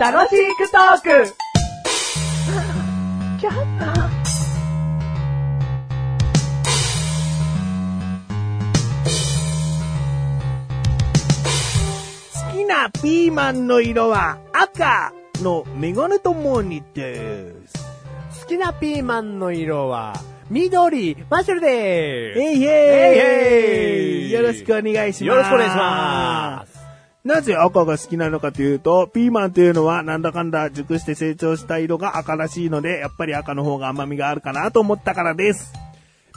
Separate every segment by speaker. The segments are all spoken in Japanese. Speaker 1: 楽しくトーク
Speaker 2: 好きなピーマンの色は赤のメガネとモーニです。
Speaker 3: 好きなピーマンの色は、緑、マッシュルでーす。
Speaker 2: えい
Speaker 3: えい
Speaker 2: えい
Speaker 3: えい
Speaker 2: よろしくお願いします。。
Speaker 3: よろしくお願いします
Speaker 2: なぜ赤が好きなのかというと、ピーマンというのはなんだかんだ熟して成長した色が赤らしいので、やっぱり赤の方が甘みがあるかなと思ったからです。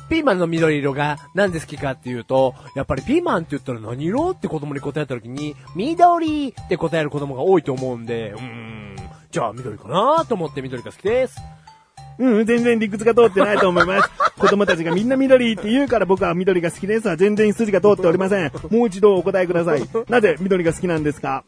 Speaker 3: ピーマンの緑色がなんで好きかっていうと、やっぱりピーマンって言ったら何色って子供に答えた時に、緑って答える子供が多いと思うんで、うーん、じゃあ緑かなと思って緑が好きです。
Speaker 2: うん、全然理屈が通ってないと思います。 子供たちがみんな緑って言うから僕は緑が好きですは全然筋が通っておりません。もう一度お答えください。なぜ緑が好きなんですか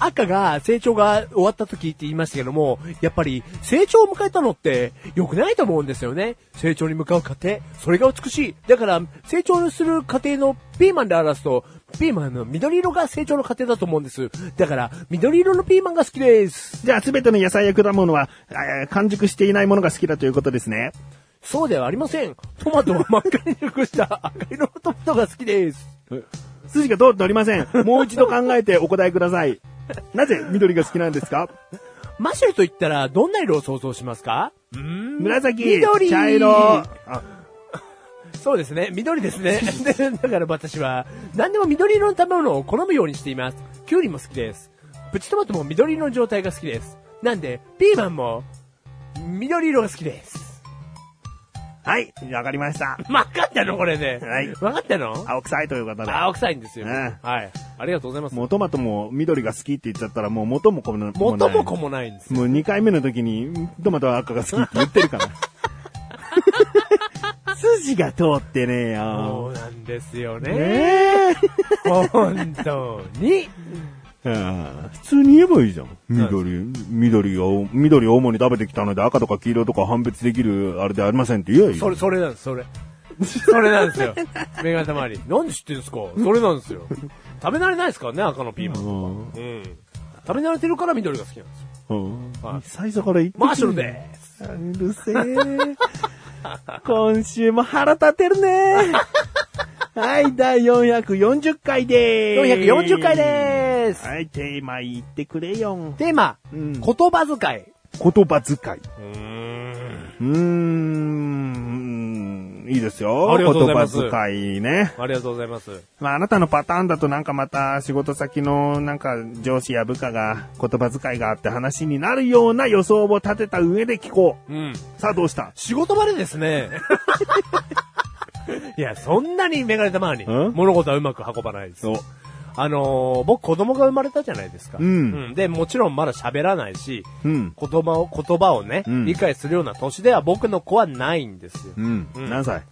Speaker 3: 赤が成長が終わった時って言いましたけども、やっぱり成長を迎えたのって良くないと思うんですよね。成長に向かう過程、それが美しい。だから成長する過程のピーマンで表すと、ピーマンの緑色が成長の過程だと思うんです。だから緑色のピーマンが好きです。
Speaker 2: じゃあ、すべての野菜や果物は、えー完熟していないものが好きだということですね。
Speaker 3: そうではありません。トマトは真っ赤に熟した赤色のトマトが好きです。
Speaker 2: 筋が通っておりません。もう一度考えてお答えください。なぜ緑が好きなんですか
Speaker 3: マシュルと言ったらどんな色を想像しますか
Speaker 2: 紫、
Speaker 3: 緑
Speaker 2: 茶色。あ
Speaker 3: そうですね。緑です ね。でだから私は、何でも緑色の食べ物を好むようにしています。キュウリも好きです。プチトマトも緑色の状態が好きです。なんで、ピーマンも、緑色が好きです。
Speaker 2: はい、わかりました。
Speaker 3: わかったのこれで。
Speaker 2: はい
Speaker 3: わかったの
Speaker 2: 青臭いということで。
Speaker 3: 青臭いんですよ。
Speaker 2: ね
Speaker 3: はい。ありがとうございます。
Speaker 2: もうトマトも緑が好きって言っちゃったらもう元も子もない。
Speaker 3: 元も子もないんですよ。
Speaker 2: もう2回目の時にトマトは赤が好きって言ってる から。筋が通ってねえ
Speaker 3: そう
Speaker 2: よ。
Speaker 3: なんですよ
Speaker 2: ね
Speaker 3: ね。
Speaker 2: え。
Speaker 3: 本当に。
Speaker 2: うん普通に言えばいいじゃん。緑、緑を、緑を主に食べてきたので赤とか黄色とか判別できるあれではありませんって言えばいい
Speaker 3: それ、それなんです、それ。それなんで すよ。メガネたまり。なんで知ってるんですかそれなんですよ。食べ慣れないですからね、赤のピーマン。
Speaker 2: うん
Speaker 3: うん。食べ慣れてるから緑が好きなんです
Speaker 2: う
Speaker 3: よ。
Speaker 2: ん
Speaker 3: はい
Speaker 2: 最初から言って
Speaker 3: マッシュルでーす。
Speaker 2: す。うるせえ。今週も腹立てる ね。はい、第440回でーす。
Speaker 3: 440回でーす。
Speaker 2: はい、テーマ言ってくれよ。
Speaker 3: テーマ、
Speaker 2: うん
Speaker 3: 言葉遣い。
Speaker 2: 言葉遣い。
Speaker 3: うん。
Speaker 2: うーん、いいですよ。
Speaker 3: ありがとうございます
Speaker 2: 言葉遣いね。
Speaker 3: ありがとうございます。
Speaker 2: まあ、あなたのパターンだとなんかまた仕事先のなんか上司や部下が言葉遣いがあって話になるような予想を立てた上で聞こ
Speaker 3: うん。
Speaker 2: う。さあどうした
Speaker 3: 仕事場でです ね。いや、そんなにメガネたまり
Speaker 2: ん
Speaker 3: 物事はうまく運ばないです。
Speaker 2: そう。
Speaker 3: あのー僕子供が生まれたじゃないですか。
Speaker 2: うん
Speaker 3: で、もちろんまだ喋らないし、
Speaker 2: うん。
Speaker 3: 言葉を、言葉をね、
Speaker 2: うん
Speaker 3: 理解するような年では僕の子はないんですよ。
Speaker 2: うん。
Speaker 3: うん
Speaker 2: 何歳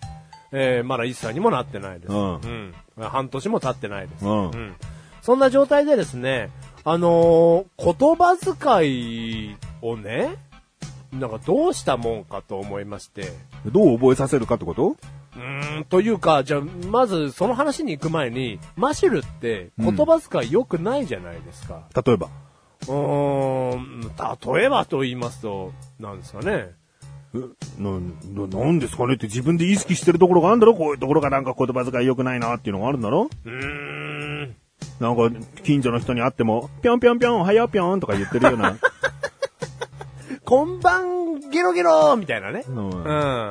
Speaker 3: えーまだ1歳にもなってないです。
Speaker 2: うん
Speaker 3: ん半年も経ってないです。
Speaker 2: うん
Speaker 3: んそんな状態でですね、あのー言葉遣いをね、なんかどうしたもんかと思いまして、
Speaker 2: どう覚えさせるかってこと
Speaker 3: うーん、というか、じゃあ、まずその話に行く前に、マシュルって言葉遣い良くないじゃないですか。
Speaker 2: 例えば。
Speaker 3: うーん、例えばと言いますと、なんですかね。
Speaker 2: えな、な、なんですかねって自分で意識してるところがあるんだろこういうところがなんか言葉遣い良くないなっていうのがあるんだろ
Speaker 3: うーん、
Speaker 2: なんか近所の人に会っても、ぴょんぴょんぴょん、おはようぴょんとか言ってるような。
Speaker 3: こんばん、ゲロゲロみたいなね。
Speaker 2: うん
Speaker 3: う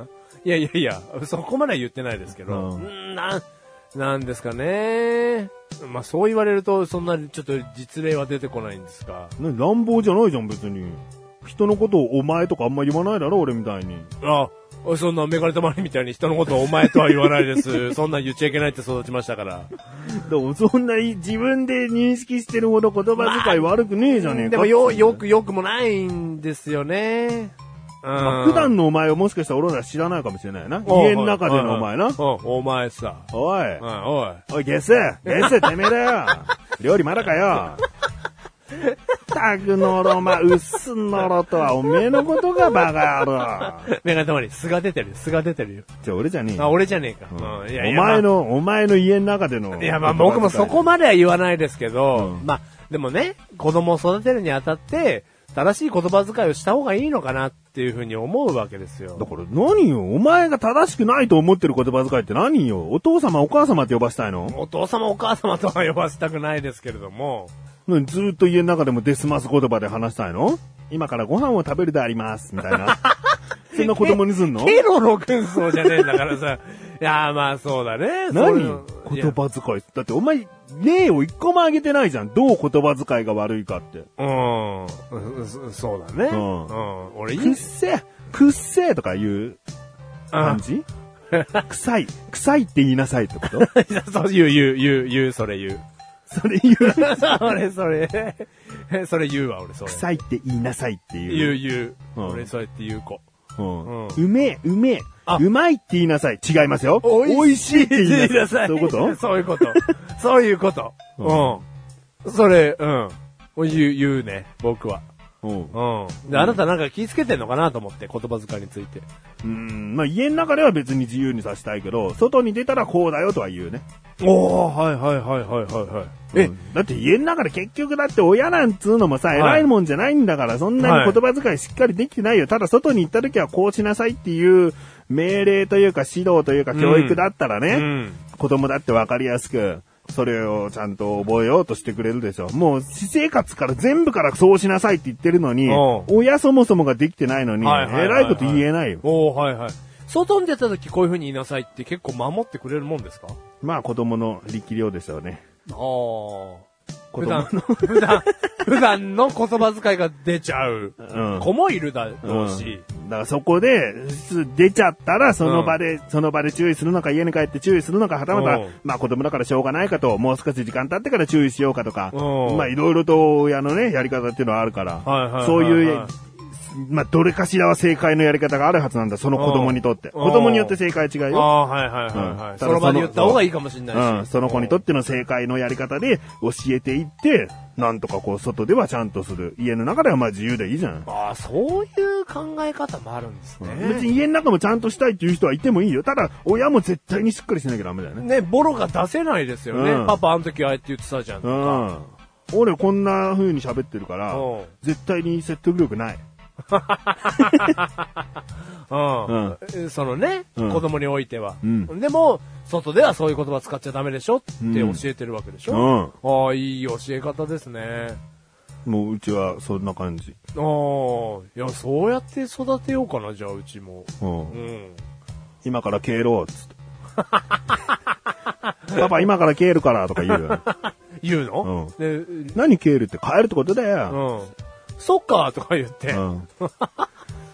Speaker 3: ん。いやいやいや、そこまでは言ってないですけど。
Speaker 2: う
Speaker 3: うんん、なん、なんですかね。まあそう言われると、そんなにちょっと実例は出てこないんですが。
Speaker 2: ね乱暴じゃないじゃん別に。人のことをお前とかあんま言わないだろ俺みたいに。
Speaker 3: あ、そんなメガネたまりみたいに人のことをお前とは言わな いです。そんなん言っちゃいけないって育ちましたから。
Speaker 2: でもそんなに自分で認識してるほど言葉遣い悪くねえじゃねえか。
Speaker 3: でもよ、よくよくもないんですよね。うん
Speaker 2: まあ普段のお前をもしかしたら俺ら知らないかもしれないな。
Speaker 3: おい
Speaker 2: 家の中でのお前な
Speaker 3: うん、。お前さ。
Speaker 2: おい、
Speaker 3: うん、 おい。
Speaker 2: おい、ゲスゲスてめえだよ料理まだかよったくのろま、うっすんのろとはおめえのことがバカ野郎。
Speaker 3: メガネたまり、素が出てる、素が出てるよ。
Speaker 2: じゃあ俺じゃねえ
Speaker 3: あ、
Speaker 2: よ。
Speaker 3: 俺じゃねえか。うんいやいや
Speaker 2: お前の、お前の家の中での。
Speaker 3: いや、まあ僕もそこまでは言わないですけど、
Speaker 2: うん
Speaker 3: まあ、でもね、子供を育てるにあたって、正しい言葉遣いをした方がいいのかなっていうふうに思うわけですよ
Speaker 2: だ。から何よお前が正しくないと思ってる言葉遣いって何よお父様お母様って呼ばしたいの
Speaker 3: お父様お母様とは呼ばせたくないですけれども、
Speaker 2: 何ずーっと家の中でもデスマス言葉で話したいの今からご飯を食べるであります。みたい な。そんな子供にすんの
Speaker 3: ケロロ軍曹じゃねえんだからさ、 いや、まあそうだね。そう
Speaker 2: 何
Speaker 3: いう
Speaker 2: よ
Speaker 3: のいや
Speaker 2: 言葉遣い。だってお前、例を一個も挙げてないじゃん。どう言葉遣いが悪いかって。
Speaker 3: うんうん、そそうだね。う
Speaker 2: うんん。
Speaker 3: 俺い
Speaker 2: く
Speaker 3: い
Speaker 2: っ、せえ、くっせえとか言う感 じ臭い、臭いって言いなさいってこと
Speaker 3: そう、言う、言う、言う、言う、それ言う。
Speaker 2: それ言う。
Speaker 3: それ、 それ。それ言うわ、俺、それ。
Speaker 2: 臭いって言いなさいって
Speaker 3: 言、
Speaker 2: いうう。
Speaker 3: 言う。
Speaker 2: うん
Speaker 3: 俺、そうやって言う子。
Speaker 2: うん
Speaker 3: う
Speaker 2: うめえ、うめえ
Speaker 3: あ。
Speaker 2: うまいって言いなさい。違いますよ。
Speaker 3: 美味
Speaker 2: しいって言いなさい。そういうこと
Speaker 3: そういうこと。そういうこと。うん。それ、うん。言う、言うね、僕は。
Speaker 2: うん
Speaker 3: うん。で、あなたなんか気ぃつけてんのかなと思って、言葉遣いについて。
Speaker 2: うん。まあ家の中では別に自由にさせたいけど、外に出たらこうだよとは言うね。
Speaker 3: おー、はいはいはいはいはいはい。
Speaker 2: う
Speaker 3: え、
Speaker 2: んだって家の中で結局だって親なんつうのもさ、
Speaker 3: い
Speaker 2: 偉いもんじゃないんだから、そんなに言葉遣いしっかりできてないよ。ただ外に行った時はこうしなさいっていう命令というか指導というか教育だったらね、
Speaker 3: うん。
Speaker 2: 子供だってわかりやすく、それをちゃんと覚えようとしてくれるでしょ。もう、私生活から全部からそうしなさいって言ってるのに
Speaker 3: うん、
Speaker 2: 親そもそもができてないのに、
Speaker 3: はいはいはいはい
Speaker 2: 偉いこと言えないよ。
Speaker 3: おー、はいはい。外に出た時こういう風に言いなさいって結構守ってくれるもんですか
Speaker 2: まあ、子供の力量ですよね。
Speaker 3: ああ。
Speaker 2: 子
Speaker 3: 普
Speaker 2: 供
Speaker 3: 段、
Speaker 2: の
Speaker 3: 普段、普段の言葉遣いが出ちゃう。
Speaker 2: うん
Speaker 3: 子もいるだ
Speaker 2: う
Speaker 3: ろ
Speaker 2: ん
Speaker 3: うし。
Speaker 2: だからそこで、す出ちゃったら、その場で、その場で注意するのか、家に帰って注意するのか、はたま
Speaker 3: う
Speaker 2: た
Speaker 3: ん、
Speaker 2: まあ子供だからしょうがないかと、もう少し時間経ってから注意しようかとか、
Speaker 3: うん
Speaker 2: まあいろいろと親のね、やり方っていうのはあるから
Speaker 3: はいはいはいはい、
Speaker 2: そういう、まあどれかしらは正解のやり方があるはずなんだ、その子供にとって。
Speaker 3: うん
Speaker 2: 子供によって正解違い
Speaker 3: あ
Speaker 2: よ。
Speaker 3: あ、はいはいはいは
Speaker 2: う
Speaker 3: い。
Speaker 2: ん
Speaker 3: その場で言った方がいいかもしれ
Speaker 2: う
Speaker 3: ない
Speaker 2: ん、
Speaker 3: し。
Speaker 2: その子にとっての正解のやり方で教えていって、なんとかこう外ではちゃんとする。家の中ではまあ自由でいいじゃん。
Speaker 3: ああ、そういう考え方もあるんです
Speaker 2: 別
Speaker 3: ね。
Speaker 2: に家の中もちゃんとしたいっていう人はいてもいいよ。ただ、親も絶対にしっかりしなきゃダメだよね。
Speaker 3: ね、ボロが出せないですよ
Speaker 2: う
Speaker 3: ね。
Speaker 2: ん
Speaker 3: パパあの時ああやって言ってたじゃんと
Speaker 2: う
Speaker 3: か。
Speaker 2: ん。俺こんな風に喋ってるから
Speaker 3: うん、
Speaker 2: 絶対に説得力ない。
Speaker 3: うんえそのね、
Speaker 2: うん
Speaker 3: 子供においては、
Speaker 2: うん
Speaker 3: でも、外ではそういう言葉使っちゃダメでしょって教えてるわけでしょ、ああ、いい教え方ですね。
Speaker 2: もううちはそんな感じ。
Speaker 3: ああ、いや、そうやって育てようかな、じゃあ、うちも。
Speaker 2: うん
Speaker 3: うん。
Speaker 2: 今から帰ろう、つ って。パパ今から帰るからとか言うよ。
Speaker 3: 言うの、で、
Speaker 2: 何帰るって帰るってことだ
Speaker 3: う
Speaker 2: よ。
Speaker 3: ん。そっか、とか言って。
Speaker 2: う
Speaker 3: うん。
Speaker 2: ん。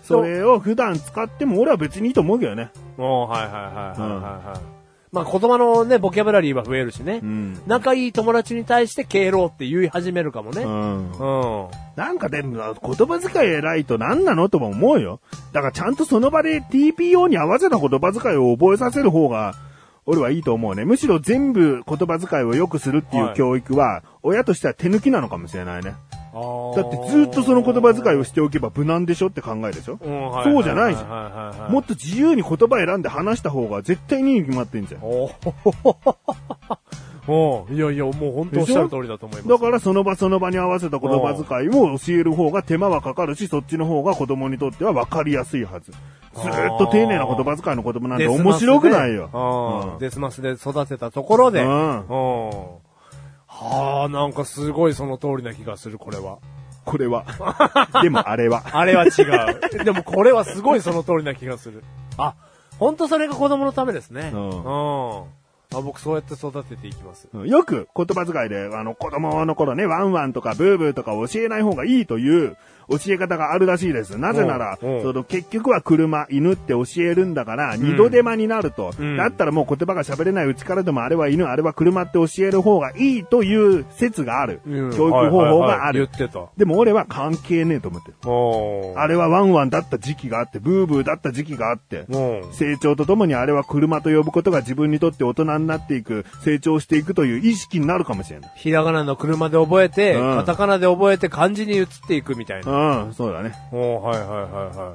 Speaker 2: それを普段使っても俺は別にいいと思うけどね。
Speaker 3: はいはいはいはいはいはい。まあ、言葉のね、ボキャブラリーは増えるしね。
Speaker 2: ん
Speaker 3: 仲いい友達に対して敬老って言い始めるかもね。
Speaker 2: うん。
Speaker 3: うん。
Speaker 2: なんかでも、言葉遣い偉いと何なのとも思うよ。だからちゃんとその場で TPO に合わせた言葉遣いを覚えさせる方が、俺はいいと思うね。むしろ全部言葉遣いを良くするってい
Speaker 3: はいう
Speaker 2: 教育は、親としては手抜きなのかもしれないね。
Speaker 3: あー
Speaker 2: だってずっとその言葉遣いをしておけば無難でしょって考えでしょ
Speaker 3: うんはい
Speaker 2: そうじゃないじゃん。
Speaker 3: ゃ
Speaker 2: もっと自由に言葉選んで話した方が絶対にいいに決まってんじゃん。
Speaker 3: おおいやいや、もう本当おっしゃる通りだと思います。
Speaker 2: だからその場その場に合わせた言葉遣いを教える方が手間はかかるし、そっちの方が子供にとっては分かりやすいはず。ずーっと丁寧な言葉遣いの子供なんて
Speaker 3: デスマスで
Speaker 2: 面白くないよ。
Speaker 3: あー
Speaker 2: うん
Speaker 3: デスマスで育てたところで。
Speaker 2: うん
Speaker 3: はあ、なんかすごいその通りな気がする、これは。
Speaker 2: こ れは。でもあれは。
Speaker 3: あれは違う。 でもこれはすごいその通りな気がする。あ、ほんとそれが子供のためですね。
Speaker 2: うん
Speaker 3: うんあ僕そうやって育てていきます。
Speaker 2: うんよく言葉遣いで、あの子供の頃ね、ワンワンとかブーブーとか教えない方がいいという教え方があるらしいです。なぜなら、
Speaker 3: うんうん
Speaker 2: その結局は車、犬って教えるんだから、二度手間になると、
Speaker 3: うん
Speaker 2: だったらもう言葉が喋れないうちからでもあれは犬、あれは車って教える方がいいという説がある。
Speaker 3: うん
Speaker 2: 教育方法がある。
Speaker 3: はいはいはい言ってた。
Speaker 2: でも俺は関係ねえと思ってる。
Speaker 3: おー
Speaker 2: あれはワンワンだった時期があって、ブーブーだった時期があって、
Speaker 3: うん
Speaker 2: 成長とともにあれは車と呼ぶことが自分にとって大人なになっていく、成長していくという意識になるかもしれない。
Speaker 3: ひらがなの車で覚えて、
Speaker 2: うん
Speaker 3: カタカナで覚えて漢字に移っていくみたいな。
Speaker 2: うん、そうだね。
Speaker 3: おーはいはいはいは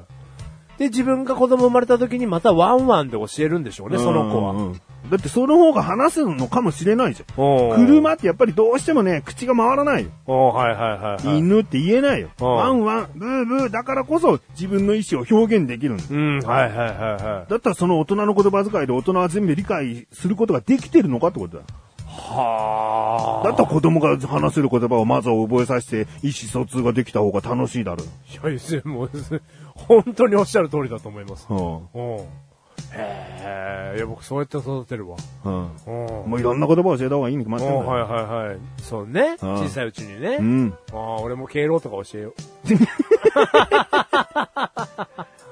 Speaker 3: い。で、自分が子供生まれた時にまたワンワンで教えるんでしょうね、その子
Speaker 2: う
Speaker 3: は。
Speaker 2: んうんだってその方が話せるのかもしれないじゃん。
Speaker 3: おー
Speaker 2: 車ってやっぱりどうしてもね、口が回らないよ。
Speaker 3: おーはいはいはいはい。
Speaker 2: 犬って言えないよ。
Speaker 3: うん
Speaker 2: ワンワン、ブーブー、だからこそ自分の意思を表現できるんだ。
Speaker 3: うん、はいはいはいはい。
Speaker 2: だったらその大人の言葉遣いで大人は全部理解することができてるのかってことだ。
Speaker 3: はあ。
Speaker 2: だったら子供が話せる言葉をまずは覚えさせて意思疎通ができた方が楽しいだろ
Speaker 3: いやいや、もう、本当におっしゃる通りだと思います。
Speaker 2: う。
Speaker 3: うん。へえ、いや、僕そうやって育てるわ。
Speaker 2: うん。
Speaker 3: うん。
Speaker 2: もういろんな言葉を教えた方がいいに決まって
Speaker 3: うんん
Speaker 2: だ
Speaker 3: はい
Speaker 2: よ。
Speaker 3: はいはい。そうね。
Speaker 2: うん
Speaker 3: 小さいうちにね。
Speaker 2: うん。
Speaker 3: ああ、俺も敬老とか教えよ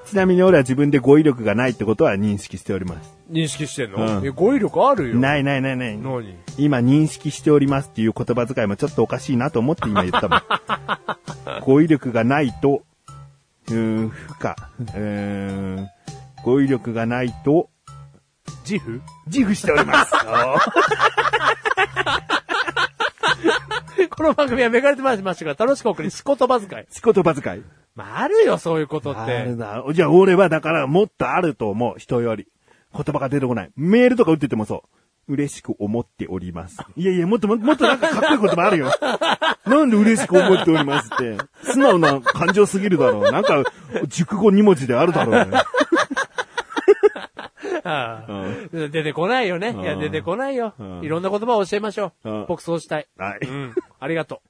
Speaker 2: ちなみに俺は自分で語彙力がないってことは認識しております。
Speaker 3: う。認識してん
Speaker 2: う
Speaker 3: の
Speaker 2: ん
Speaker 3: え、語彙力あるよ。い。
Speaker 2: ないないないない。
Speaker 3: 何
Speaker 2: 今認識しておりますっていう言葉遣いもちょっとおかしいなと思って今言ったも ん。語彙力がないと、うーん、負荷。うーん、語彙力がないと、
Speaker 3: 自負
Speaker 2: 自負しております。
Speaker 3: この番組はめがれてまいりましたが、楽しくお送り、仕事場遣い。
Speaker 2: 仕言葉遣い。
Speaker 3: まあ、あるよ、そういうことっ
Speaker 2: あ
Speaker 3: て
Speaker 2: れ。だじゃあ俺はだからもっとあると思う、人より。言葉が出てこない。メールとか打っててもそう。嬉しく思っております。いやいや、もっとももっとなんかかっこいい言葉あるよ。 なんで嬉しく思っておりますって。素直な感情すぎるだろう。なんか、熟語2文字であるだ ろうね。
Speaker 3: ああ
Speaker 2: う
Speaker 3: 出てこないよね。いや、
Speaker 2: うん
Speaker 3: 出てこないよ
Speaker 2: うん。
Speaker 3: いろんな言葉を教えましょ
Speaker 2: う。
Speaker 3: うん僕そうしたい。。
Speaker 2: はいう
Speaker 3: ん。ありがとう。